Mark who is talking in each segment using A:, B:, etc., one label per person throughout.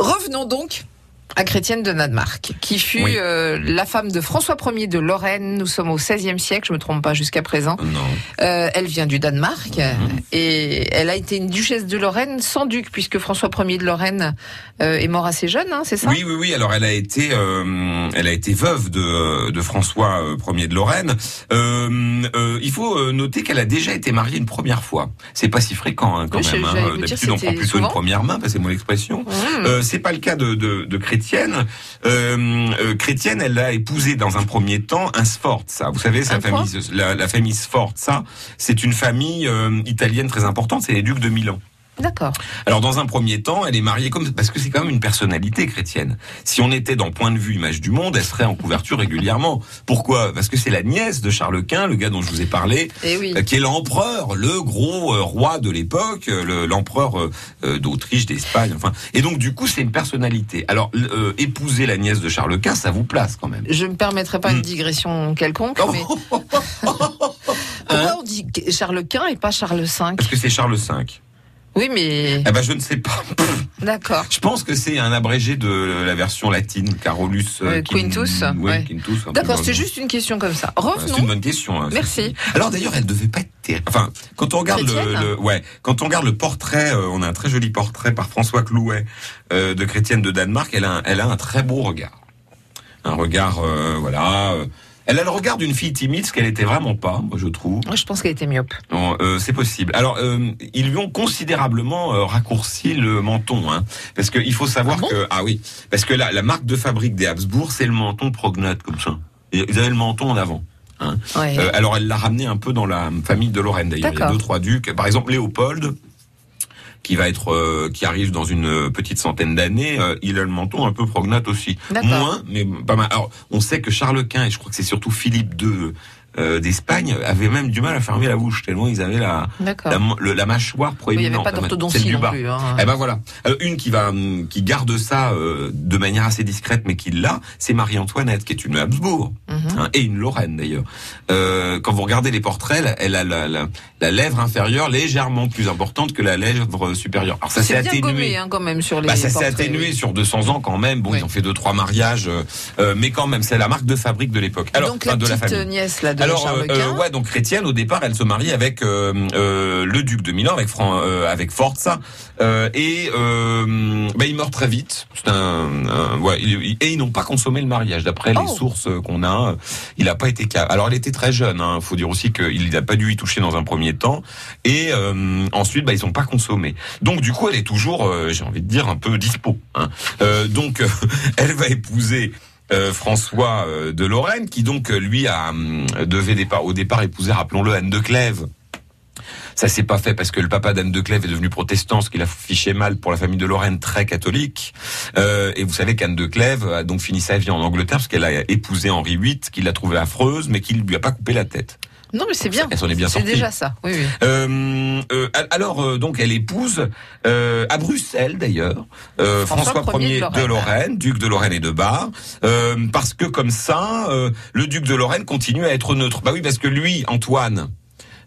A: revenons donc à Chrétienne de Danemark, qui fut
B: Oui.
A: euh, la femme de François Ier de Lorraine. Nous sommes au XVIe siècle, je me trompe pas jusqu'à présent.
B: Non.
A: Euh, elle vient du Danemark euh,
B: Mhm.
A: et elle a été une duchesse de Lorraine sans duc, puisque François Ier de Lorraine euh, est mort assez jeune, hein, c'est ça
B: Oui, oui, oui. Alors, elle a été, euh, elle a été veuve de, de François euh, Ier de Lorraine. Euh, euh, il faut euh, noter qu'elle a déjà été mariée une première fois. C'est pas si fréquent hein, quand
A: Oui, je-
B: même. hein.
A: j'allais vous dire,
B: D'habitude, on prend
A: c'était
B: plutôt
A: souvent.
B: une première main, passez-moi l'expression.
A: Mmh.
B: Euh, c'est pas le cas de, de, de Chrétienne. Euh, euh, Chrétienne, elle a épousé dans un premier temps un Sforza. Vous savez, sa
A: Un
B: famille, la, la famille Sforza, c'est une famille euh, italienne très importante. C'est les ducs de Milan.
A: D'accord.
B: Alors dans un premier temps, elle est mariée comme parce que c'est quand même une personnalité chrétienne. Si on était dans Point de vue Image du Monde, elle serait en couverture régulièrement. Pourquoi Parce que c'est la nièce de Charles Quint, le gars dont je vous ai parlé,
A: Et Eh oui.
B: euh, qui est l'empereur, le gros euh, roi de l'époque, euh, le- l'empereur euh, euh, d'Autriche, d'Espagne. Enfin, et donc du coup, c'est une personnalité. Alors l- euh, épouser la nièce de Charles Quint, ça vous place quand même.
A: Je me permettrai pas une
B: Mm.
A: digression quelconque, Ah,
B: Oh.
A: mais pourquoi on dit Charles Quint et pas Charles V
B: Parce que c'est Charles V.
A: Oui, mais
B: Eh ben, je ne sais pas.
A: d'accord.
B: Je pense que c'est un abrégé de la version latine, Carolus euh,
A: Euh, Quintus,
B: Quin- ouais,
A: ouais.
B: Quintus, un peu
A: D'accord,
B: dans-
A: c'était juste une question comme ça.
B: Ouais, C'est une
A: Revenons.
B: bonne question. hein,
A: Merci.
B: ceci dit. Alors d'ailleurs, elle devait pas être terrible. Enfin, quand on regarde le,
A: Chrétienne
B: le- ouais, quand on regarde le portrait, euh, on a un très joli portrait par François Clouet euh, de chrétienne de Danemark. Elle a, un, elle a un très beau regard. Un regard, euh, voilà. euh, elle a le regard d'une fille timide, ce qu'elle était vraiment pas, moi, je trouve.
A: Moi, Je pense qu'elle était myope.
B: Non, euh, c'est possible. Alors, euh, ils lui ont considérablement euh, raccourci le menton, hein, parce qu'il faut savoir
A: Ah bon
B: que ah oui, parce que la, la marque de fabrique des Habsbourg, c'est le menton prognate comme ça. Et Ils avaient le menton en avant. hein.
A: Ouais.
B: Euh, alors, elle l'a ramené un peu dans la famille de Lorraine d'ailleurs. Il y a
A: D'accord.
B: deux trois ducs, par exemple Léopold, qui va être, euh, qui arrive dans une petite centaine d'années, euh, il a le menton un peu prognate aussi.
A: D'accord.
B: Moins, mais pas mal. Alors, on sait que Charles Quint et je crois que c'est surtout Philippe II euh, d'Espagne avaient même du mal à fermer la bouche tellement ils avaient la
A: D'accord.
B: la, mo- le- la mâchoire
A: Oui, Il n'y
B: proéminente.
A: avait pas
B: la ma-
A: d'orthodontie
B: celle du
A: non
B: bas.
A: plus. hein.
B: Eh ben voilà. Alors, une qui va, hum, qui garde ça euh, de manière assez discrète, mais qui l'a, c'est Marie-Antoinette, qui est une Habsbourg
A: Mhm.
B: hein, et une Lorraine d'ailleurs. Euh, quand vous regardez les portraits, elle- elle a la, la- la lèvre inférieure légèrement plus importante que la lèvre supérieure. Alors ça s'est
A: C'est bien
B: atténué.
A: gommé hein, quand même sur les
B: Bah, ça s'est
A: portraits.
B: atténué sur 200 ans quand même. Bon,
A: Oui.
B: ils ont fait deux trois mariages, euh, euh, mais quand même, c'est la marque de fabrique de l'époque. Alors,
A: Donc
B: enfin,
A: la
B: de la
A: petite
B: famille.
A: nièce là de
B: Alors, euh,
A: Charles Quint.
B: euh, ouais, donc chrétienne, au départ, elle se marie avec euh, euh, le duc de Milan, avec, Fran euh, avec Forza, euh, et euh, bah, il meurt très vite. C'est un, un- ouais, il- il- et ils n'ont pas consommé le mariage, d'après les
A: Oh.
B: sources qu'on a. euh, Il n'a pas été capable. Alors, elle était très jeune. Hein, faut dire aussi qu'il n'a pas dû y toucher dans un premier temps, et euh, ensuite, bah, ils n'ont pas consommé. Donc, du coup, elle est toujours, euh, j'ai envie de dire, un peu dispo. Hein. Euh, donc, elle va épouser euh, François euh, de Lorraine, qui donc euh, lui a hum, devait départ, au départ épouser, rappelons-le, Anne de Clèves. Ça s'est pas fait parce que le papa d'Anne de Clèves est devenu protestant, ce qui la fichait mal pour la famille de Lorraine, très catholique. Euh, et vous savez qu'Anne de Clèves a donc fini sa vie en Angleterre parce qu'elle a épousé Henri VIII, qui l'a trouvée affreuse, mais qui ne lui a pas coupé la tête.
A: Non mais c'est bien.
B: Elle s'en est bien
A: C'est
B: sortie.
A: déjà ça. Oui, oui.
B: Euh, euh, al- alors euh, donc elle épouse euh, à Bruxelles d'ailleurs euh,
A: François
B: François
A: Ier
B: Ier
A: de
B: de
A: Lorraine.
B: Lorraine, duc de Lorraine et de Bar, euh, parce que comme ça euh, le duc de Lorraine continue à être neutre. Bah oui parce que lui Antoine,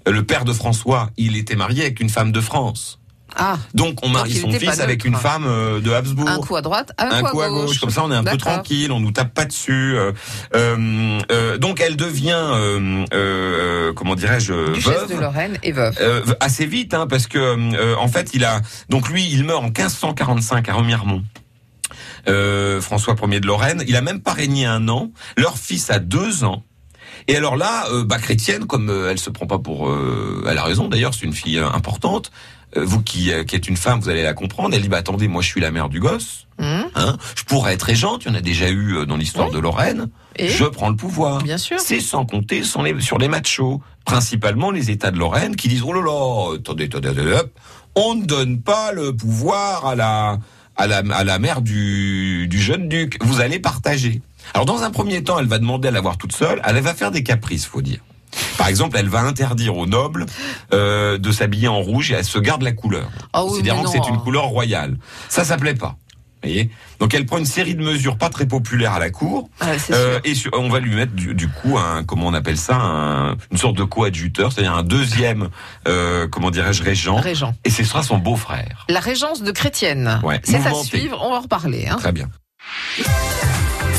B: euh, le père de François, il était marié avec une femme de France.
A: Ah,
B: Donc on marie
A: il
B: son
A: était pas
B: fils avec
A: neutre.
B: une femme euh, de Habsbourg.
A: un coup à droite, un,
B: Un coup à gauche, comme ça on est un peu
A: D'accord.
B: tranquille, on nous tape pas dessus. euh, euh, euh, donc elle devient, euh, euh, comment dirais-je,
A: Duchesse
B: veuve.
A: de Lorraine et veuve.
B: Euh, assez vite, hein, parce que euh, en fait, il a donc lui, il meurt en 1545 à Remiremont. Euh, François Ier de Lorraine, il a même pas régné un an. Leur fils a deux ans. Et alors là, euh, bah, chrétienne, comme euh, elle se prend pas pour, euh, elle a raison d'ailleurs, c'est une fille euh, importante. euh, vous qui, euh, qui êtes une femme, vous allez la comprendre. Elle dit, bah attendez, moi je suis la mère du gosse,
A: Hum,
B: hein. Je pourrais être régente. Il y en a déjà eu euh, dans l'histoire
A: Oui.
B: de Lorraine.
A: Et
B: je prends le pouvoir.
A: bien sûr.
B: C'est sans compter sur les, sur les machos, principalement les États de Lorraine, qui disent oh là là, attendez, attendez, attendez, hop, on ne donne pas le pouvoir à la à la, à la mère du, du jeune duc. Vous allez partager. Alors dans un premier temps, elle va demander à l'avoir toute seule. Elle va faire des caprices, faut dire. Par exemple, elle va interdire aux nobles euh, de s'habiller en rouge et elle se garde la couleur,
A: Ah oui, mais
B: considérant que
A: non,
B: c'est une
A: hein.
B: couleur royale. Ça, ça plaît pas. voyez Donc elle prend une série de mesures pas très populaires à la cour.
A: Ah, c'est sûr.
B: euh, et sur- on va lui mettre du, du coup un comment on appelle ça un- une sorte de coadjuteur, c'est-à-dire un deuxième euh, comment dirais-je régent.
A: Régent.
B: Et ce sera son beau-frère.
A: La régence de chrétienne.
B: Ouais,
A: C'est à
B: mouvementée.
A: suivre, on va en reparler. hein.
B: Très bien.